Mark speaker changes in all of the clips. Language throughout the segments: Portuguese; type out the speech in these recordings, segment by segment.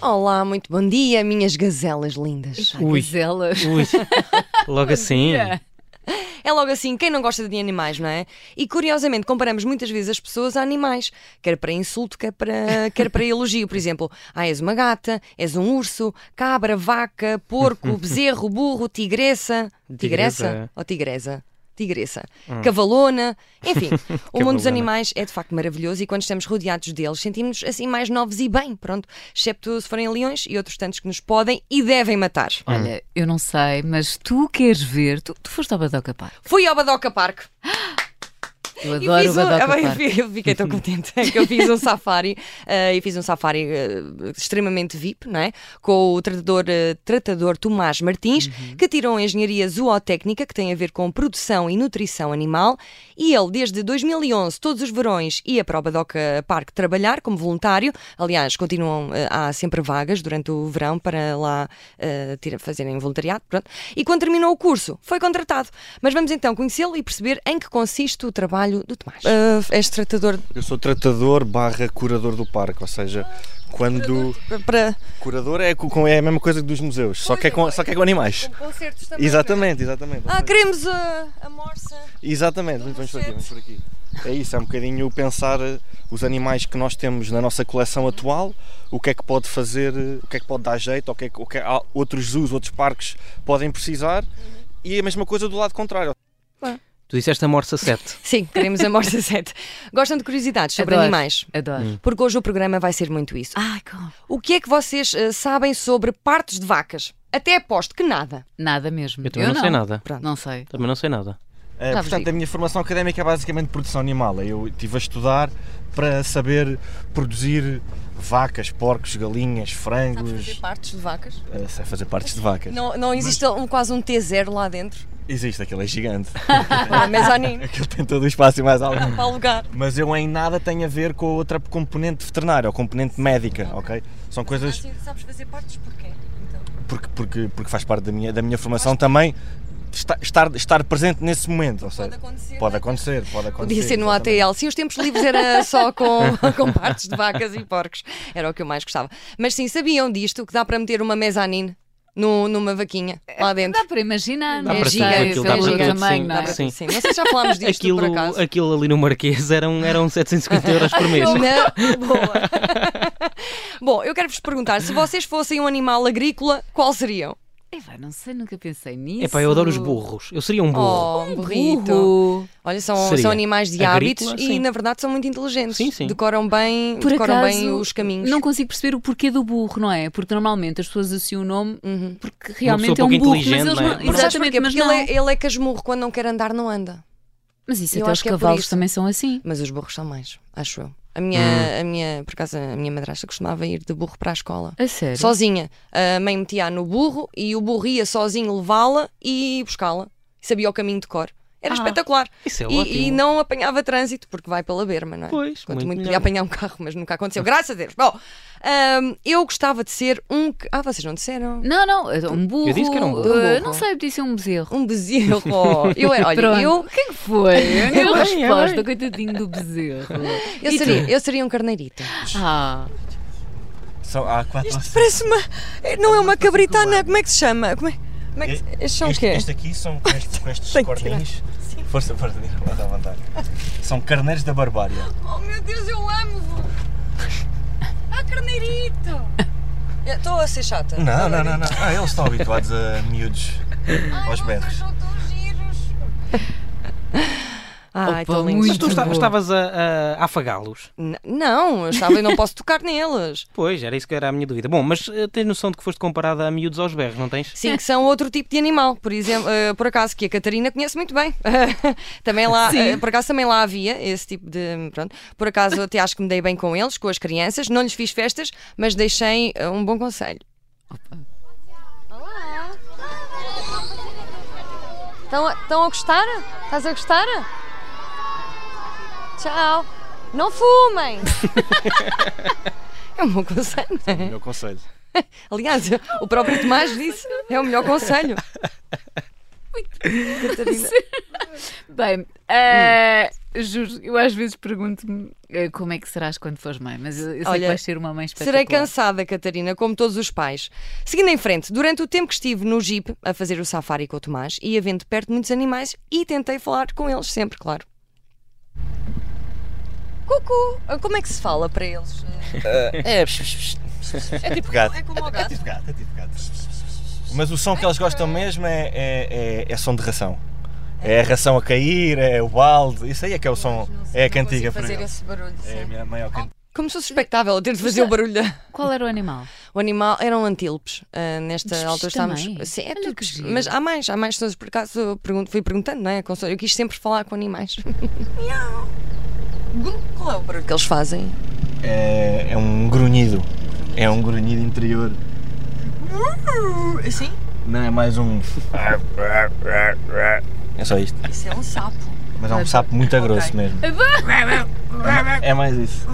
Speaker 1: Olá, muito bom dia, minhas gazelas lindas.
Speaker 2: Ui.
Speaker 3: Gazelas.
Speaker 2: Ui, logo assim.
Speaker 1: É logo assim, quem não gosta de animais, não é? E curiosamente, comparamos muitas vezes as pessoas a animais, quer para insulto, quer para, quer para elogio. Por exemplo, ah, és uma gata, és um urso, cabra, vaca, porco, bezerro, burro, tigressa. Tigressa?
Speaker 2: Tigresa. é. Hum.
Speaker 1: Ou tigresa? Tigressa, cavalona, enfim, o mundo dos
Speaker 2: Cavalona.
Speaker 1: animais é de facto maravilhoso e quando estamos rodeados deles sentimos-nos assim mais novos e bem, pronto, excepto se forem leões e outros tantos que nos podem e devem matar.
Speaker 2: Ah.
Speaker 3: Olha,
Speaker 2: Hum.
Speaker 3: eu não sei, mas tu queres ver. Tu, tu foste ao Badoca Park.
Speaker 1: Fui ao Badoca Parque.
Speaker 3: Eu
Speaker 1: E
Speaker 3: adoro
Speaker 1: fiz
Speaker 3: o
Speaker 1: um-
Speaker 3: Badoca
Speaker 1: Ah, bem,
Speaker 3: Park.
Speaker 1: Eu fiquei tão contente que eu fiz um safari eh, e fiz um safari eh, extremamente VIP, não é? Com o tratador, eh, tratador Tomás Martins,
Speaker 3: Uhum.
Speaker 1: que tirou a engenharia zootécnica, que tem a ver com produção e nutrição animal. E ele, desde 2011, todos os verões, ia para o Badoca Parque trabalhar como voluntário. Aliás, continuam, eh, há sempre vagas durante o verão para lá eh, tira- fazerem voluntariado. Pronto. E quando terminou o curso, foi contratado. Mas vamos então conhecê-lo e perceber em que consiste o trabalho do Tomás. Ah, és tratador
Speaker 4: Eu sou tratador barra curador do parque, ou seja, quando.
Speaker 1: para.
Speaker 4: Curador é, co- com- é a mesma coisa que dos museus, só que é com, só que é com animais.
Speaker 1: Concertos Um também.
Speaker 4: Exatamente, exatamente.
Speaker 1: Ah, queremos a, a morsa.
Speaker 4: Exatamente, vamos, vamos por aqui, vamos por aqui. É isso, é um bocadinho pensar eh, os animais que nós temos na nossa coleção atual, o que é que pode fazer, eh, o que é que pode dar jeito, o que é que, o que é- há outros zoos, outros parques podem precisar. E é a mesma coisa do lado contrário.
Speaker 2: Tu disseste a Morsa 7.
Speaker 1: Sim, queremos a morsa 7. Gostam de curiosidades sobre
Speaker 3: Adoro.
Speaker 1: animais?
Speaker 3: Adoro.
Speaker 2: Hum.
Speaker 1: Porque hoje o programa vai ser muito isso.
Speaker 3: Ai, como?
Speaker 1: O que é que vocês ah, sabem sobre partes de vacas? Até aposto que nada.
Speaker 3: Nada mesmo.
Speaker 2: Eu também não, sei nada.
Speaker 3: Não sei.
Speaker 2: Também não sei nada.
Speaker 4: Eh,
Speaker 1: Tá
Speaker 3: Sabes,
Speaker 4: portanto,
Speaker 3: Rico?
Speaker 4: a minha formação académica é basicamente produção animal. Eu estive a estudar para saber produzir vacas, porcos, galinhas, frangos.
Speaker 1: partes de vacas?
Speaker 4: eh, Sei fazer partes de vacas.
Speaker 1: Não, não existe um, quase um T0 lá dentro.
Speaker 4: Existe, aquele é gigante.
Speaker 1: Ah, mezanino.
Speaker 4: aquele tem todo o espaço e mais algum.
Speaker 1: Para alugar.
Speaker 4: Mas eu em nada tenho a ver com a outra componente veterinária ou componente médica, ok? São coisas.
Speaker 1: Ah, sabes fazer partes porquê? então?
Speaker 4: Porque, porque, porque faz parte da minha, da minha formação também esta- estar, estar presente nesse momento. Ou seja,
Speaker 1: acontecer, né?
Speaker 4: pode acontecer, pode acontecer.
Speaker 1: Podia ser no
Speaker 4: exatamente.
Speaker 1: ATL. Sim, os tempos livres era só com, com partes de vacas e porcos. Era o que eu mais gostava. Mas sim, sabiam disto que dá para meter uma mezanine no, numa vaquinha lá dentro?
Speaker 3: Dá para imaginar,
Speaker 1: É, Dá
Speaker 3: não é?
Speaker 1: para tudo, aquilo dá
Speaker 3: pelo
Speaker 1: para tudo,
Speaker 3: tamanho,
Speaker 2: sim,
Speaker 3: não
Speaker 2: dá
Speaker 3: é?
Speaker 2: para-
Speaker 1: Sim, não sei se já falámos disto
Speaker 2: Aquilo, é
Speaker 1: por acaso.
Speaker 2: aquilo ali no Marquês um, eram, eram 750 euros por mês.
Speaker 1: Na boa. Bom, eu quero-vos perguntar: se vocês fossem um animal agrícola, qual seriam?
Speaker 3: Epá, não sei, nunca pensei nisso.
Speaker 2: Epá, eu adoro os burros. Eu seria um burro.
Speaker 1: Oh, um burrito.
Speaker 3: Burro.
Speaker 1: Olha, são,
Speaker 2: Seria.
Speaker 1: são animais de hábitos
Speaker 2: Agrícola,
Speaker 1: e,
Speaker 2: sim.
Speaker 1: na verdade, são muito inteligentes.
Speaker 2: Sim, sim.
Speaker 1: Decoram bem,
Speaker 3: Por
Speaker 1: decoram
Speaker 3: acaso,
Speaker 1: bem os caminhos.
Speaker 3: Não consigo perceber o porquê do burro, não é? Porque normalmente as pessoas associam o nome
Speaker 1: Uhum.
Speaker 3: porque realmente é
Speaker 2: pessoa
Speaker 3: um
Speaker 2: pouco
Speaker 3: burro. Mas
Speaker 2: inteligente,
Speaker 3: eles
Speaker 2: não
Speaker 3: não...
Speaker 2: é?
Speaker 1: Mas sabes
Speaker 3: Exatamente,
Speaker 1: porquê?
Speaker 3: mas
Speaker 1: Porque
Speaker 3: não.
Speaker 1: ele é, ele é casmurro, quando não quer andar, não anda.
Speaker 3: Mas isso
Speaker 1: Eu
Speaker 3: até
Speaker 1: acho
Speaker 3: os
Speaker 1: que é por
Speaker 3: cavalos
Speaker 1: isso.
Speaker 3: também são assim.
Speaker 1: Mas os burros são mais, acho eu. A minha,
Speaker 2: Hum.
Speaker 1: a minha, por acaso, a minha madrasta costumava ir de burro para a escola.
Speaker 3: A sério.
Speaker 1: Sozinha. A mãe metia no burro e o burro ia sozinho levá-la e buscá-la. Sabia o caminho de cor. Era
Speaker 3: Ah,
Speaker 1: espetacular.
Speaker 2: Isso é
Speaker 1: E-
Speaker 2: ótimo.
Speaker 1: e, não apanhava trânsito, porque vai pela berma, não é?
Speaker 2: Pois,
Speaker 1: Quanto
Speaker 2: muito
Speaker 1: muito podia
Speaker 2: melhor.
Speaker 1: apanhar um carro, mas nunca aconteceu. Graças a Deus. Bom, ahm, eu gostava de ser um. que- Ah, vocês não disseram?
Speaker 3: Não, não, é um burro.
Speaker 2: Eu disse que era um burro.
Speaker 3: eh,
Speaker 1: Um burro.
Speaker 3: Não sei, eu disse um bezerro.
Speaker 1: Um bezerro. Eu era, olha,
Speaker 3: Pronto.
Speaker 1: eu
Speaker 3: O que é que foi? A minha
Speaker 2: bem, é
Speaker 3: resposta,
Speaker 2: bem.
Speaker 3: coitadinho do bezerro.
Speaker 1: Eu seria, eu seria um carneirito.
Speaker 3: Ah,
Speaker 4: São, há quatro ou cinco.
Speaker 1: Parece uma. Não é uma cabritana, como é que se chama? Como é, como é que se- Estes são o
Speaker 4: este,
Speaker 1: quê?
Speaker 4: este aqui são com estes, com estes
Speaker 1: Tenho que
Speaker 4: corninhos. Força, força, lá dá vontade. São carneiros da barbária.
Speaker 1: Oh meu Deus, eu amo-vos! Ah, carneirito! Estou a ser chata.
Speaker 4: Não, não, não, não. Ah, eles estão habituados a miúdos aos berros.
Speaker 1: Ai,
Speaker 3: Opa,
Speaker 1: tão lindo.
Speaker 2: Mas
Speaker 3: muito
Speaker 2: tu esta-
Speaker 3: bom.
Speaker 2: estavas a, a afagá-los.
Speaker 1: N- Não, eu estava, eu não posso tocar neles.
Speaker 2: Pois, era isso que era a minha dúvida. Bom, mas eh, tens noção de que foste comparada a miúdos aos berros, não tens?
Speaker 1: Sim, que são outro tipo de animal, por exemplo, eh, por acaso que a Catarina conhece muito bem. também lá, eh, por acaso também lá havia esse tipo de, pronto. Por acaso até acho que me dei bem com eles, com as crianças, não lhes fiz festas, mas deixei eh, um bom conselho. Estão a, estão a gostar? Estás a gostar? Tchau. Não fumem. é um bom conselho. não é?
Speaker 4: O meu conselho.
Speaker 1: Aliás, o próprio Tomás disse, é o melhor conselho.
Speaker 3: Bem, eh, juro, eu às vezes pergunto-me eh, como é que serás quando fores mãe, mas eu, eu sei
Speaker 1: Olha,
Speaker 3: que vais ser uma mãe espetacular.
Speaker 1: Serei cansada, Catarina, como todos os pais. Seguindo em frente, durante o tempo que estive no Jeep a fazer o safari com o Tomás, ia vendo de perto muitos animais e tentei falar com eles sempre, claro. Cucu, Ah, como é que se fala para eles?
Speaker 4: É,
Speaker 1: É tipo,
Speaker 4: gato.
Speaker 1: é Eh, como o gato.
Speaker 4: tipo gato, é tipo gato. Mas o som que eles gostam mesmo é, é, é, é som de ração. É a ração a cair, é o balde, isso aí é que é o som, é a cantiga para eles.
Speaker 1: barulho.
Speaker 4: É a minha maior cantiga.
Speaker 1: Como se fosse suspectável eu ter de fazer o barulho da...
Speaker 3: Qual era o animal?
Speaker 1: O animal eram antílopes. ah, nesta
Speaker 3: Mas
Speaker 1: altura
Speaker 3: também?
Speaker 1: estávamos. Sim, é
Speaker 3: Olha
Speaker 1: tudo.
Speaker 3: que giro.
Speaker 1: Mas há mais, há mais pessoas por acaso. eu pergun- fui perguntando, não é? Com- Eu quis sempre falar com animais. Qual é o barulho que eles fazem?
Speaker 4: É, é um grunhido. É um grunhido interior.
Speaker 1: Assim?
Speaker 4: Não é mais um. É só isto.
Speaker 1: Isso é um sapo.
Speaker 4: Mas é um sapo muito a grosso mesmo. É mais isso.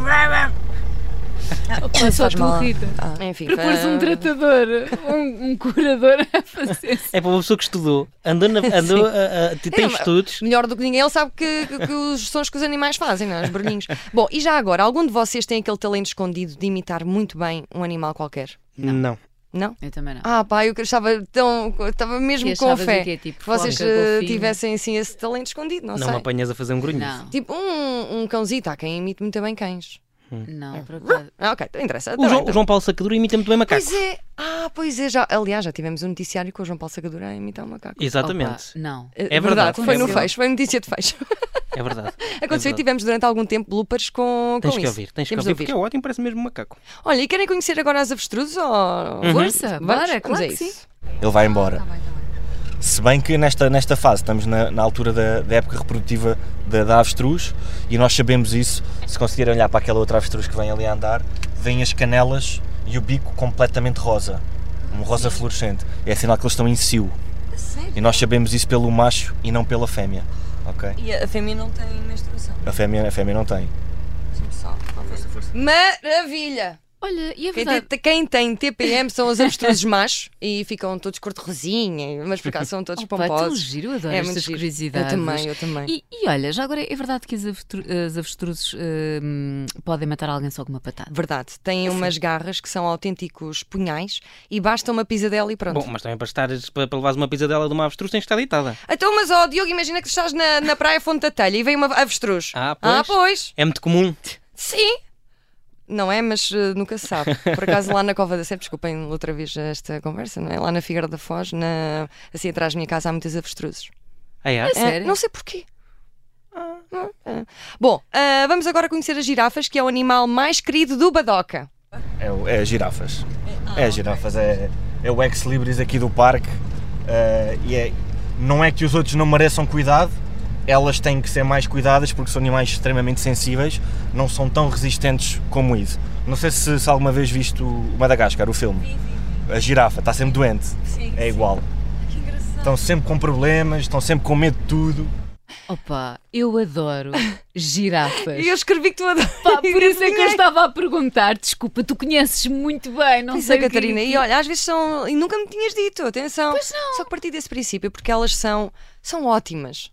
Speaker 3: Ou só tu, Rita?
Speaker 1: Ah, Enfim,
Speaker 3: Propôs
Speaker 1: fa-
Speaker 3: um tratador, um, um curador a fazer
Speaker 2: É para uma pessoa que estudou, andou, na, andou a- a- tem
Speaker 1: É, mas-
Speaker 2: estudos.
Speaker 1: Melhor do que ninguém, ele sabe que, que- que os sons que os animais fazem, não é? Os barulhinhos. Bom, e já agora, algum de vocês tem aquele talento escondido de imitar muito bem um animal qualquer?
Speaker 2: Não.
Speaker 1: Não?
Speaker 3: Eu também não.
Speaker 1: Ah, pá, eu estava tão. Estava mesmo
Speaker 3: Que
Speaker 1: com
Speaker 3: achavas
Speaker 1: fé.
Speaker 3: o quê? Tipo,
Speaker 1: que vocês
Speaker 3: foca,
Speaker 1: eh,
Speaker 3: golfinho?
Speaker 1: tivessem assim esse talento escondido, não,
Speaker 2: Não, me
Speaker 1: sei.
Speaker 2: apanhas a fazer um grunhido.
Speaker 3: Não,
Speaker 1: Tipo um, um cãozito, há quem imite muito bem cães.
Speaker 2: Hum.
Speaker 3: não, por acaso.
Speaker 1: Ah, ok, não interessa. tá
Speaker 2: O
Speaker 1: bem,
Speaker 2: João,
Speaker 1: tá
Speaker 2: o João Paulo Sacadura imita muito bem
Speaker 1: bem.
Speaker 2: macacos.
Speaker 1: Pois é, ah, pois é, já, aliás, já tivemos um noticiário com o João Paulo Sacadura a imitar um macaco.
Speaker 2: Exatamente.
Speaker 3: Opa, não.
Speaker 1: É
Speaker 2: verdade,
Speaker 1: foi no
Speaker 2: aconteceu.
Speaker 1: fecho, foi notícia de fecho.
Speaker 2: É verdade.
Speaker 1: Aconteceu
Speaker 2: É
Speaker 1: e
Speaker 2: verdade.
Speaker 1: tivemos durante algum tempo bloopers com, com
Speaker 2: Tens
Speaker 1: isso.
Speaker 2: que ouvir, tens que
Speaker 1: Temos
Speaker 2: ouvir,
Speaker 1: de
Speaker 2: porque é ótimo, parece mesmo um macaco.
Speaker 1: Olha, e querem conhecer agora as avestruzes? Ou...
Speaker 2: Uhum.
Speaker 3: Força,
Speaker 1: vamos,
Speaker 3: bora,
Speaker 1: vamos
Speaker 3: claro
Speaker 1: a
Speaker 3: que
Speaker 1: isso.
Speaker 3: sim.
Speaker 4: Ele vai embora. Se bem que nesta, nesta fase estamos na, na altura da, da época reprodutiva da, da avestruz e nós sabemos isso. Se conseguirem olhar para aquela outra avestruz que vem ali a andar, vêm as canelas e o bico completamente rosa. Um rosa fluorescente. É sinal que eles estão em cio. E nós sabemos isso pelo macho e não pela fêmea. Ok?
Speaker 1: E a fêmea não tem menstruação.
Speaker 4: A fêmea, a fêmea não tem.
Speaker 1: Maravilha!
Speaker 3: Olha, e a
Speaker 1: Quem
Speaker 3: É verdade.
Speaker 1: tem, quem tem TPM são os avestruzes machos e ficam todos cor de rosinha, mas por acaso são todos
Speaker 3: Opa, é tão
Speaker 1: pomposos.
Speaker 3: giro, eu adoro
Speaker 1: É muito
Speaker 3: estas
Speaker 1: giro.
Speaker 3: curiosidades.
Speaker 1: Eu também, eu também.
Speaker 3: E, e olha, já agora é verdade que as, avestru- as avestruzes hum, podem matar alguém só com uma patada.
Speaker 1: Verdade,
Speaker 3: É
Speaker 1: têm
Speaker 3: assim.
Speaker 1: umas garras que são autênticos punhais e basta uma pisadela e pronto.
Speaker 2: Bom, mas também para, estares, para, para levares uma pisadela de uma avestruz tens que estar deitada.
Speaker 1: Então, mas ó, Diogo, imagina que estás na, na praia Fonte da Telha e vem uma avestruz.
Speaker 2: Ah, pois.
Speaker 1: Ah, pois.
Speaker 2: É muito comum.
Speaker 1: Sim. Não é, mas eh, nunca se sabe. Por acaso, lá na Cova da Sete, desculpem outra vez esta conversa, não é? Lá na Figueira da Foz, na- assim atrás da minha casa, há muitas avestruzes.
Speaker 2: Ah, é?
Speaker 1: É,
Speaker 3: Sério?
Speaker 1: não sei porquê. Ah, ah. Bom, ah, vamos agora conhecer as girafas, que é o animal mais querido do Badoca.
Speaker 4: É, o- é as girafas. é as girafas, é, é o ex libris aqui do parque. eh, e é, não é que os outros não mereçam cuidado, elas têm que ser mais cuidadas porque são animais extremamente sensíveis, não são tão resistentes como isso. Não sei se, se alguma vez viste o Madagascar, o filme. A girafa está sempre doente. é igual. Estão sempre com problemas, estão sempre com medo de tudo.
Speaker 3: Opa, eu adoro girafas.
Speaker 1: E eu escrevi que tu adoras.
Speaker 3: Pá, por isso é que eu estava a perguntar. Desculpa, tu conheces muito bem, não
Speaker 1: Pois
Speaker 3: sei
Speaker 1: é,
Speaker 3: o que é
Speaker 1: Catarina,
Speaker 3: que-
Speaker 1: e olha, às vezes são. E nunca me tinhas dito, atenção. Pois não. Só que partir desse princípio, porque elas são, são ótimas.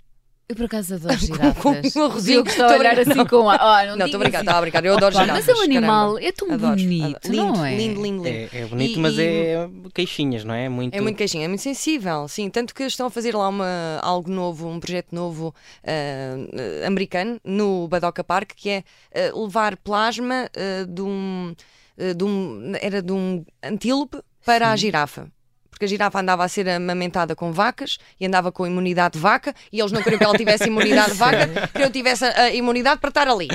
Speaker 3: Eu por acaso adoro
Speaker 1: com um
Speaker 3: girafas.
Speaker 1: arrozinho.
Speaker 3: Eu que estou a
Speaker 1: Tô
Speaker 3: olhar
Speaker 1: brincando.
Speaker 3: assim com a. Oh, não
Speaker 1: Não,
Speaker 3: digas
Speaker 1: estou a brincar,
Speaker 3: isso.
Speaker 1: estava a brincar. Eu adoro
Speaker 3: Opa,
Speaker 1: girafas.
Speaker 3: Mas é um animal,
Speaker 1: caramba.
Speaker 3: é tão
Speaker 1: Adoro,
Speaker 3: bonito,
Speaker 1: adoro. Lindo,
Speaker 3: não é?
Speaker 1: lindo, lindo, lindo.
Speaker 2: É, é bonito,
Speaker 1: E-
Speaker 2: mas
Speaker 1: e-
Speaker 2: é queixinhas, não é? Muito...
Speaker 1: É muito queixinho, é muito sensível, sim. Tanto que estão a fazer lá uma, algo novo, um projeto novo ah, ah, americano no Badoca Park, que é ah, levar plasma ah, de, um, ah, de um- Era de um antílope para a girafa. Porque a girafa andava a ser amamentada com vacas e andava com imunidade de vaca, e eles não queriam que ela tivesse imunidade de vaca, queriam que tivesse a, a imunidade para estar ali.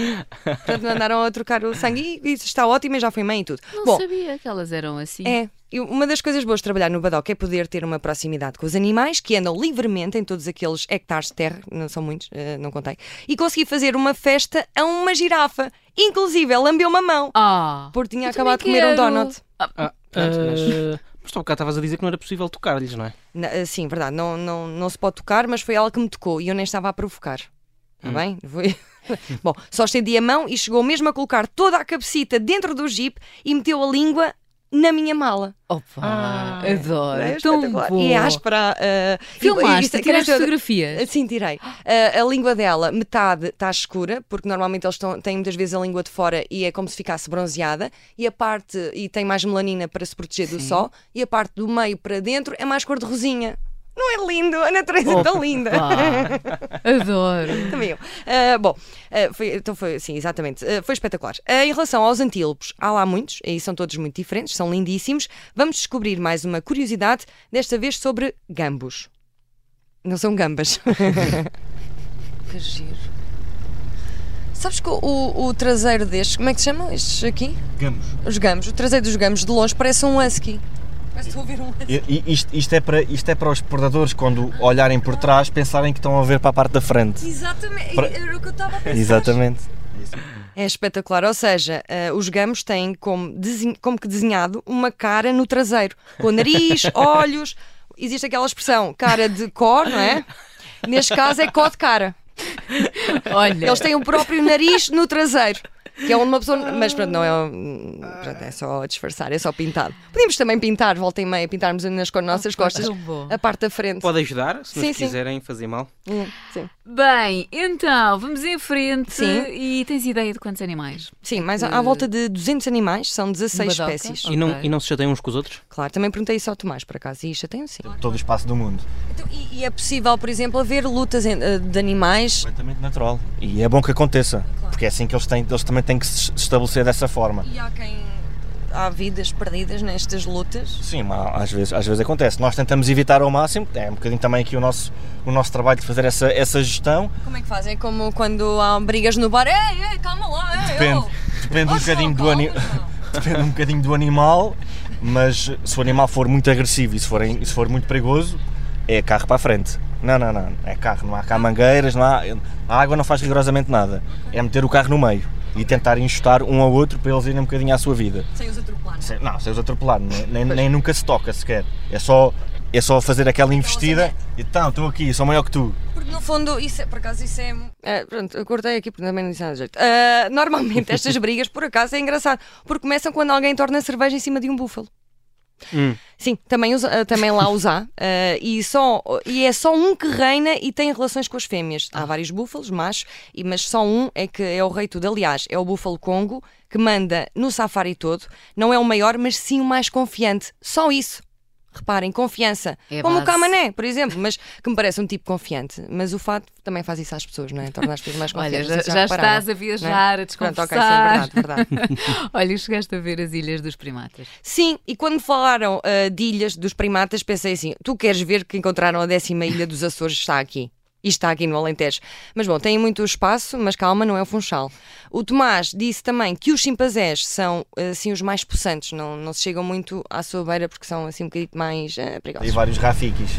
Speaker 1: Portanto, andaram a trocar o sangue e isso está ótimo e já foi mãe e tudo.
Speaker 3: Não
Speaker 1: Bom,
Speaker 3: sabia que elas eram assim.
Speaker 1: é. E uma das coisas boas de trabalhar no Badoc é poder ter uma proximidade com os animais que andam livremente em todos aqueles hectares de terra, não são muitos, eh, não contei, e consegui fazer uma festa a uma girafa. Inclusive, ela lambeu uma mão,
Speaker 3: Ah,
Speaker 1: porque tinha
Speaker 3: eu
Speaker 1: acabado de
Speaker 3: também
Speaker 1: comer um
Speaker 3: quero.
Speaker 1: donut.
Speaker 2: Ah,
Speaker 1: Pronto, mas-
Speaker 2: ah, mas tu há bocado estavas a dizer que não era possível tocar-lhes, não é?
Speaker 1: Na- eh, sim, verdade, não, não, não se pode tocar, mas foi ela que me tocou e eu nem estava a provocar.
Speaker 3: Hum.
Speaker 1: Está bem? Foi- Bom, só estendi a mão e chegou mesmo a colocar toda a cabecita dentro do jeep e meteu a língua na minha mala.
Speaker 3: Opa,
Speaker 1: Ah,
Speaker 3: adoro.
Speaker 1: É
Speaker 3: tão
Speaker 1: espetacular.
Speaker 3: bom.
Speaker 1: E é áspera. ah, e- e isto
Speaker 3: Filmaste,
Speaker 1: é-
Speaker 3: tiraste
Speaker 1: quer dizer,
Speaker 3: fotografias.
Speaker 1: Sim, tirei. Ah, a língua dela, metade está escura, porque normalmente eles estão- têm muitas vezes a língua de fora e é como se ficasse bronzeada, e a parte, e tem mais melanina para se proteger do sol, e a parte do meio para dentro é mais cor de rosinha. Não é lindo? A natureza é tão linda.
Speaker 3: Pá, Ah, adoro.
Speaker 1: Também eu. Ah, bom, ah, foi- então foi, sim, exatamente. Ah, foi espetacular. Ah, em relação aos antílopes, há lá muitos, e são todos muito diferentes, são lindíssimos. Vamos descobrir mais uma curiosidade, desta vez sobre gambos. Não são gambas.
Speaker 3: Que giro.
Speaker 1: Sabes que o, o traseiro destes, como é que se chamam estes aqui?
Speaker 4: Digamos.
Speaker 1: Os gamos. O traseiro dos gamos de longe parece um husky. Parece que estou a ver um husky.
Speaker 4: E- e Isto, isto é para, isto é para os predadores, quando olharem por trás, pensarem que estão a ver para a parte da frente.
Speaker 1: Exatamente,
Speaker 4: Para-
Speaker 1: era o que eu estava a pensar.
Speaker 4: Exatamente.
Speaker 1: É espetacular, ou seja, eh, os gamos têm como, desin- como que desenhado uma cara no traseiro, com nariz, olhos, existe aquela expressão, cara de cor, não é? Neste caso é cor de cara.
Speaker 3: Olha,
Speaker 1: Eles têm o próprio nariz no traseiro. Que é onde uma pessoa. Mas pronto, não é. hum, pronto, é só disfarçar, é só pintado. Podíamos também pintar, volta e meia, pintarmos nas co- nossas costas
Speaker 3: tão bom.
Speaker 1: a parte da frente.
Speaker 2: Pode ajudar, se
Speaker 1: Sim,
Speaker 2: nos
Speaker 1: sim.
Speaker 2: quiserem fazer mal.
Speaker 1: Hum, Sim,
Speaker 3: Bem, então, vamos em frente.
Speaker 1: Sim.
Speaker 3: E tens ideia de quantos animais?
Speaker 1: Sim mas há- à volta de 200 animais, são 16
Speaker 3: Badoca.
Speaker 1: espécies.
Speaker 2: E, não,
Speaker 3: Ok.
Speaker 2: e não se chateiam uns com os outros?
Speaker 1: Claro, também perguntei isso ao Tomás, por acaso, e isto tem sim.
Speaker 4: Todo o espaço do mundo.
Speaker 1: e, é possível, por exemplo, haver lutas eh, de animais?
Speaker 4: Completamente natural. E é bom que aconteça, porque é assim que eles, têm, eles também têm que se estabelecer dessa forma.
Speaker 1: E há quem. Há vidas perdidas nestas lutas?
Speaker 4: Sim, mas às vezes, às vezes acontece. Nós tentamos evitar ao máximo, é um bocadinho também aqui o nosso, o nosso trabalho de fazer essa, essa gestão.
Speaker 1: Como é que fazem? Como quando há brigas no bar? Ei, ei, calma lá, ei, oh."
Speaker 4: Depende, depende um bocadinho do ani- depende um bocadinho do animal, mas se o animal for muito agressivo e se for, em- se for muito perigoso, é carro para a frente. Não, não, não, é carro, não há cá mangueiras, não há, a água não faz rigorosamente nada. É meter o carro no meio e tentar enxutar um ao outro para eles irem um bocadinho à sua vida.
Speaker 1: Sem os atropelar. é?
Speaker 4: Sem- Não, sem os atropelar, nem, nem- nem nunca se toca sequer. É só, é só fazer aquela investida. Então, estou aqui, sou maior que tu.
Speaker 1: Porque no fundo, isso é, por acaso, isso é. Ah, pronto, eu cortei aqui porque também não disse nada de jeito. Ah, normalmente estas brigas, por acaso, é engraçado, porque começam quando alguém torna cerveja em cima de um búfalo.
Speaker 2: Hum.
Speaker 1: Sim, também, usa- ah, também lá usar eh, e, só, e é só um que reina e tem relações com as fêmeas.
Speaker 3: Ah.
Speaker 1: Há vários búfalos, machos, e, mas só um é que é o rei tudo. Aliás, é o búfalo Congo que manda no safari todo. Não é o maior, mas sim o mais confiante. Só isso. Reparem, confiança.
Speaker 3: É a
Speaker 1: Como o
Speaker 3: base.
Speaker 1: Camané, por exemplo, mas que me parece um tipo confiante. Mas o fato também faz isso às pessoas, não é? Torna as pessoas mais
Speaker 3: Olha,
Speaker 1: confiantes.
Speaker 3: já,
Speaker 1: Não sei se
Speaker 3: já
Speaker 1: repararam.
Speaker 3: estás a viajar, a
Speaker 1: Pronto,
Speaker 3: desconversar.
Speaker 1: ok, sim, verdade, verdade.
Speaker 3: Olha, e chegaste a ver as ilhas dos primatas.
Speaker 1: Sim, e quando falaram ah, de ilhas dos primatas, pensei assim: tu queres ver que encontraram a décima ilha dos Açores? Está aqui. E está aqui no Alentejo. Mas bom, tem muito espaço, mas calma, não é o Funchal. O Tomás disse também que os chimpanzés são assim os mais possantes, não, não se chegam muito à sua beira porque são assim um bocadinho mais ah,
Speaker 4: E
Speaker 1: perigosos.
Speaker 4: vários rafiques.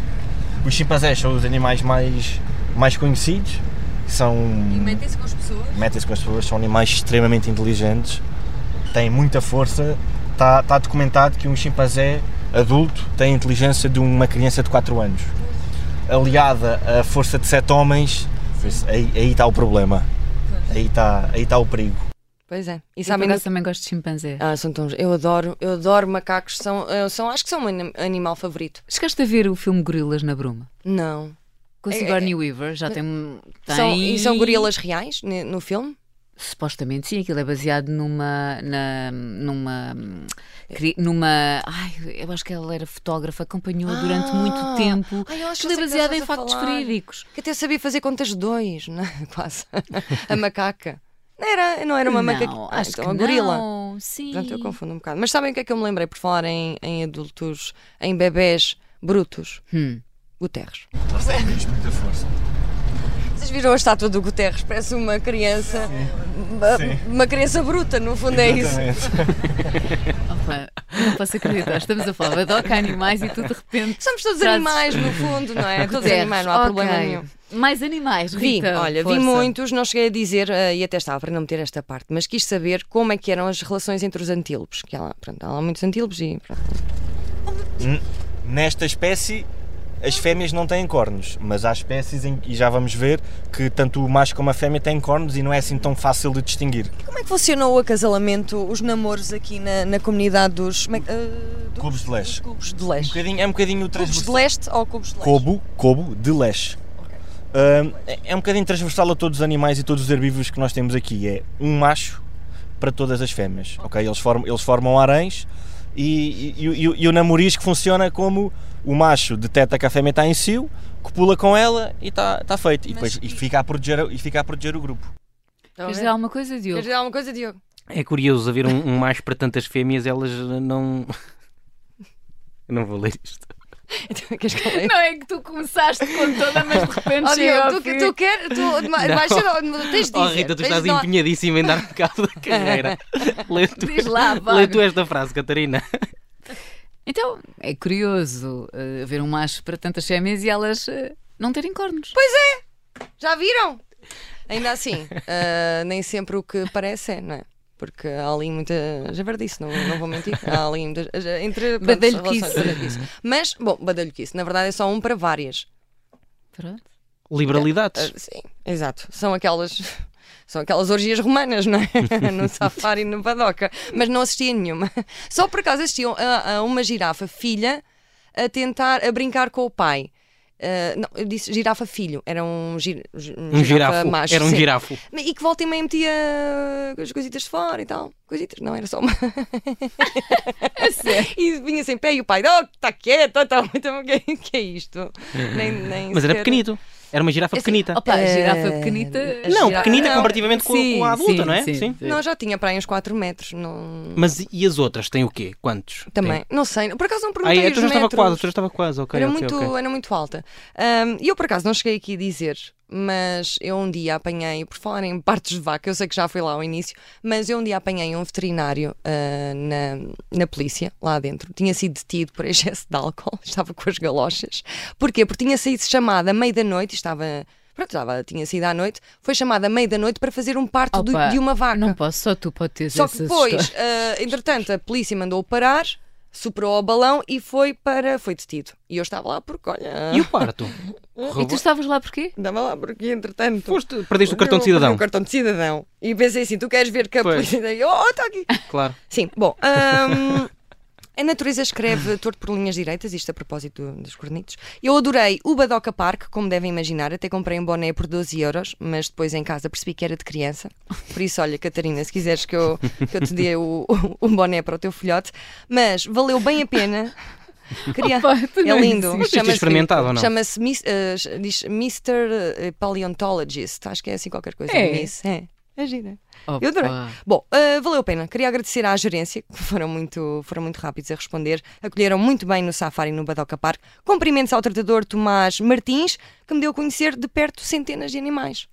Speaker 4: Os chimpanzés são os animais mais, mais conhecidos. São,
Speaker 1: metem-se com as pessoas?
Speaker 4: metem-se com as pessoas, são animais extremamente inteligentes, têm muita força. Está tá documentado que um chimpanzé adulto tem a inteligência de uma criança de 4 anos. Aliada à força de 7 homens, pois, aí aí está o problema. Aí está aí tá o perigo.
Speaker 1: Pois é. E
Speaker 3: E sabem
Speaker 1: sabem
Speaker 3: que eu também gosto de chimpanzé.
Speaker 1: Ah, são tão. Eu adoro, eu adoro macacos, são, eh, são, acho que são o meu animal favorito.
Speaker 3: Chegaste a ver o filme Gorilas na Bruma?
Speaker 1: Não.
Speaker 3: Com a
Speaker 1: É, é,
Speaker 3: Sigourney Weaver, já tem... tem...
Speaker 1: São, e são gorilas reais ne- no filme?
Speaker 3: Supostamente sim, aquilo é baseado numa. na- numa. cri- numa. Ai, eu acho que ela era fotógrafa, acompanhou
Speaker 1: Ah!
Speaker 3: durante muito tempo.
Speaker 1: Ai, eu acho que
Speaker 3: Aquilo é
Speaker 1: eu sei que
Speaker 3: baseado
Speaker 1: estás
Speaker 3: em
Speaker 1: a
Speaker 3: factos
Speaker 1: falar.
Speaker 3: verídicos.
Speaker 1: Que até sabia fazer contas de dois, né? quase. A macaca. Não era, não era uma
Speaker 3: não,
Speaker 1: macaca. Ah,
Speaker 3: acho
Speaker 1: então,
Speaker 3: que
Speaker 1: a gorila.
Speaker 3: Não, sim.
Speaker 1: Portanto, eu confundo um bocado. Mas sabem o que é que eu me lembrei por falar em, em adultos, em bebés brutos?
Speaker 3: Hum.
Speaker 1: Guterres.
Speaker 4: muita força.
Speaker 1: Vocês viram a estátua do Guterres? Parece uma criança. Uma,
Speaker 4: Sim.
Speaker 1: uma criança bruta, no fundo é isso.
Speaker 3: Opa, eu não posso acreditar, estamos a falar de doca animais e tu de repente.
Speaker 1: Somos todos
Speaker 3: trazes
Speaker 1: animais, no fundo, não é? Todos
Speaker 3: terras.
Speaker 1: animais, não há problema
Speaker 3: Ok.
Speaker 1: nenhum.
Speaker 3: Mais animais,
Speaker 1: Vi,
Speaker 3: Rita.
Speaker 1: olha,
Speaker 3: força.
Speaker 1: vi muitos, não cheguei a dizer, eh, e até estava para não meter esta parte, mas quis saber como é que eram as relações entre os antílopes, que há lá, pronto, há lá muitos antílopes e pronto.
Speaker 4: Nesta espécie As fêmeas não têm cornos, mas há espécies, em, e já vamos ver, que tanto o macho como a fêmea têm cornos e não é assim tão fácil de distinguir.
Speaker 1: Como é que funcionou o acasalamento, os namoros aqui na, na comunidade dos, como é que- ah, dos-
Speaker 4: Cubos de leste.
Speaker 1: dos Cubos de
Speaker 4: Um
Speaker 1: leste.
Speaker 4: bocadinho, é um bocadinho
Speaker 1: Cubos de
Speaker 4: transversal.
Speaker 1: leste ou cubos de leste?
Speaker 4: Cobo, cobo de leste. Hum, é- é um bocadinho transversal a todos os animais e todos os herbívoros que nós temos aqui. É um macho para todas as fêmeas. ok? Eles, formam, eles formam haréns e, e- e o- e o namorisco funciona como o macho detecta que a fêmea está em cio, copula com ela e está está feito. E,
Speaker 1: Mas
Speaker 4: depois, e,
Speaker 1: e-
Speaker 4: fica a proteger, e fica a proteger o grupo.
Speaker 1: Estão a
Speaker 3: Queres
Speaker 1: ver?
Speaker 3: dizer alguma coisa,
Speaker 1: Queres
Speaker 3: Diogo?
Speaker 1: dizer alguma coisa, Diogo?
Speaker 2: É curioso haver um, um macho para tantas fêmeas, elas não. Eu não vou ler isto.
Speaker 1: Então, queres que eu leia?
Speaker 3: Não é que tu começaste com toda, mas de repente
Speaker 1: Oh,
Speaker 3: chega
Speaker 1: Diogo,
Speaker 3: ao
Speaker 1: tu,
Speaker 3: fim.
Speaker 1: que- tu queres. Tu, vais ser, tens de dizer.
Speaker 2: Oh Rita, tu
Speaker 1: tens
Speaker 2: estás
Speaker 1: de dar-
Speaker 2: empenhadíssima em dar-me cabo da carreira. Lê tu,
Speaker 3: Diz lá, vá.
Speaker 2: lê tu esta frase, Catarina.
Speaker 3: Então, é curioso eh, ver um macho para tantas fêmeas e elas eh, não terem cornos.
Speaker 1: Já viram? Ainda assim, ah, nem sempre o que parece é, não é? Porque há ali muita. Já disse, não, não vou mentir. Há ali muitas. já- Entre. pronto,
Speaker 3: Badalhoquice.
Speaker 1: relações de badalhoquice. Mas, bom, badalhoquice. Na verdade é só um para várias.
Speaker 3: Pronto.
Speaker 2: Liberalidades.
Speaker 1: Ah, sim, exato. São aquelas. São aquelas orgias romanas, não é? No safari e no padoca. Mas não assisti a nenhuma. Só por acaso assisti a, a uma girafa filha a tentar, a brincar com o pai. Ah, não, eu disse girafa filho, era um, gir,
Speaker 2: Um girafo.
Speaker 1: macho.
Speaker 2: Era um
Speaker 1: sim.
Speaker 2: girafo.
Speaker 1: E que volta e meia metia as coisitas de fora e tal. Coisitas, não, era só uma. e vinha sem pé e o pai, oh, está quieto, está muito. O que, que é isto? Nem, nem
Speaker 2: Mas era
Speaker 1: sequer-
Speaker 2: pequenito. Era uma girafa
Speaker 1: Assim,
Speaker 2: pequenita.
Speaker 3: Opa, a
Speaker 1: Eh,
Speaker 3: girafa é pequenita.
Speaker 1: a
Speaker 2: Não,
Speaker 1: gira-
Speaker 2: pequenita
Speaker 1: não.
Speaker 2: comparativamente com, a-
Speaker 3: Sim,
Speaker 2: com a adulta,
Speaker 3: sim,
Speaker 2: não é?
Speaker 3: sim.
Speaker 1: Não, já tinha para aí uns 4 metros. Não...
Speaker 2: Mas e as outras têm o quê? Quantos?
Speaker 1: Também, não sei. Por acaso não
Speaker 2: Tem? Ah,
Speaker 1: perguntei
Speaker 2: é,
Speaker 1: os
Speaker 2: tu já estava
Speaker 1: metros.
Speaker 2: quase, tu já estava quase, ok.
Speaker 1: era,
Speaker 2: ok,
Speaker 1: muito,
Speaker 2: ok.
Speaker 1: era muito alta. Ahm, E eu por acaso não cheguei aqui a dizer, mas eu um dia apanhei, por falar em partes de vaca, eu sei que já foi lá ao início, mas eu um dia apanhei um veterinário ah, na, na polícia, lá dentro. Tinha sido detido por excesso de álcool, estava com as galochas. Porquê? Porque tinha saído chamada à meia-da-noite, e estava. Pronto, estava, tinha saído à noite, foi chamada à meia-da-noite para fazer um parto do-
Speaker 3: Opa,
Speaker 1: de uma vaca.
Speaker 3: Não posso, só tu podes ter
Speaker 1: Só
Speaker 3: essas
Speaker 1: que depois,
Speaker 3: histórias.
Speaker 1: eh, entretanto, a polícia mandou parar, superou o balão e foi para. foi detido. E eu estava lá porque, olha.
Speaker 2: E o parto?
Speaker 3: E tu estavas lá porquê?
Speaker 1: Estava lá porque, entretanto.
Speaker 2: Foste, perdeste o cartão
Speaker 1: eu
Speaker 2: de
Speaker 1: perdi
Speaker 2: cidadão.
Speaker 1: O cartão de cidadão. E pensei assim: tu queres ver que a
Speaker 2: Pois.
Speaker 1: polícia. E eu, Oh, está aqui.
Speaker 2: Claro.
Speaker 1: Sim, bom. hum, a natureza escreve torto por linhas direitas, isto a propósito do- dos cornitos. Eu adorei o Badoca Park, como devem imaginar. Até comprei um boné por 12 euros, mas depois em casa percebi que era de criança. Por isso, olha, Catarina, se quiseres que eu, que eu te dê o, o- um boné para o teu filhote. Mas valeu bem a pena. Queria-
Speaker 3: Opa, tu não
Speaker 1: é lindo.
Speaker 3: insistes.
Speaker 2: Mas tinhas experimentado ou não?
Speaker 1: Chama-se Miss- eh, diz Mr. eh, Paleontologist. Acho que é assim qualquer coisa.
Speaker 3: É?
Speaker 1: Miss, é. É gira.
Speaker 3: Opa.
Speaker 1: Eu adorei. Bom, ah, valeu a pena. Queria agradecer à gerência, que foram muito, foram muito rápidos a responder. Acolheram muito bem no Safari no Badoca Park. Cumprimentos ao tratador Tomás Martins, que me deu a conhecer de perto centenas de animais.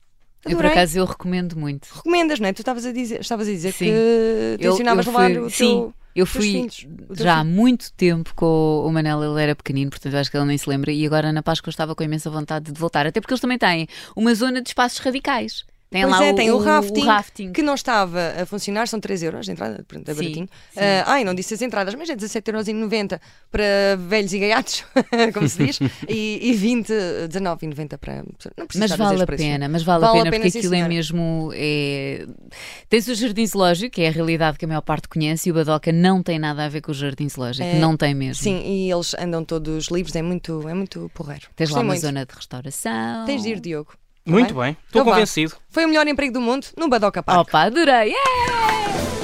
Speaker 3: Eu, por
Speaker 1: Adorei.
Speaker 3: acaso eu recomendo muito.
Speaker 1: Recomendas, não é? Tu estavas a dizer, estavas a dizer
Speaker 3: Sim.
Speaker 1: que
Speaker 3: Eu, eu
Speaker 1: tencionavas levar
Speaker 3: fui,
Speaker 1: o
Speaker 3: sim,
Speaker 1: teu...
Speaker 3: eu
Speaker 1: teus
Speaker 3: fui
Speaker 1: filhos, o teu
Speaker 3: já há
Speaker 1: filho.
Speaker 3: muito tempo com o Manel, ele era pequenino, portanto eu acho que ele nem se lembra. E agora na Páscoa eu estava com imensa vontade de voltar, até porque eles também têm uma zona de espaços radicais. Tem
Speaker 1: Pois
Speaker 3: lá
Speaker 1: é,
Speaker 3: o,
Speaker 1: tem o, rafting,
Speaker 3: rafting.
Speaker 1: que não estava a funcionar, são 3 euros de entrada, portanto, é
Speaker 3: Sim,
Speaker 1: baratinho.
Speaker 3: sim.
Speaker 1: Ah, ai, não disse as entradas, mas é 17,90€ para velhos e gaiatos, como se diz, e, e 20, 19,90€ para. Não precisa
Speaker 3: Mas
Speaker 1: estar dizer
Speaker 3: vale a
Speaker 1: os preços.
Speaker 3: pena, mas vale,
Speaker 1: Vale
Speaker 3: a
Speaker 1: a
Speaker 3: pena,
Speaker 1: pena,
Speaker 3: porque
Speaker 1: sim,
Speaker 3: aquilo é
Speaker 1: senhora.
Speaker 3: mesmo. É... Tens o jardim zoológico, que é a realidade que a maior parte conhece, e o Badoca não tem nada a ver com o jardim zoológico,
Speaker 1: É,
Speaker 3: não tem mesmo.
Speaker 1: Sim, e eles andam todos livres, é muito, é muito porreiro.
Speaker 3: Tens lá
Speaker 1: Gostei
Speaker 3: uma
Speaker 1: muito.
Speaker 3: zona de restauração.
Speaker 1: Tens de ir, Diogo. Tá
Speaker 2: Muito bem. Estou
Speaker 1: Então vá.
Speaker 2: convencido.
Speaker 3: Oh,
Speaker 1: Foi o melhor emprego do mundo no Badoca Park.
Speaker 3: Opa, adorei! Yeah!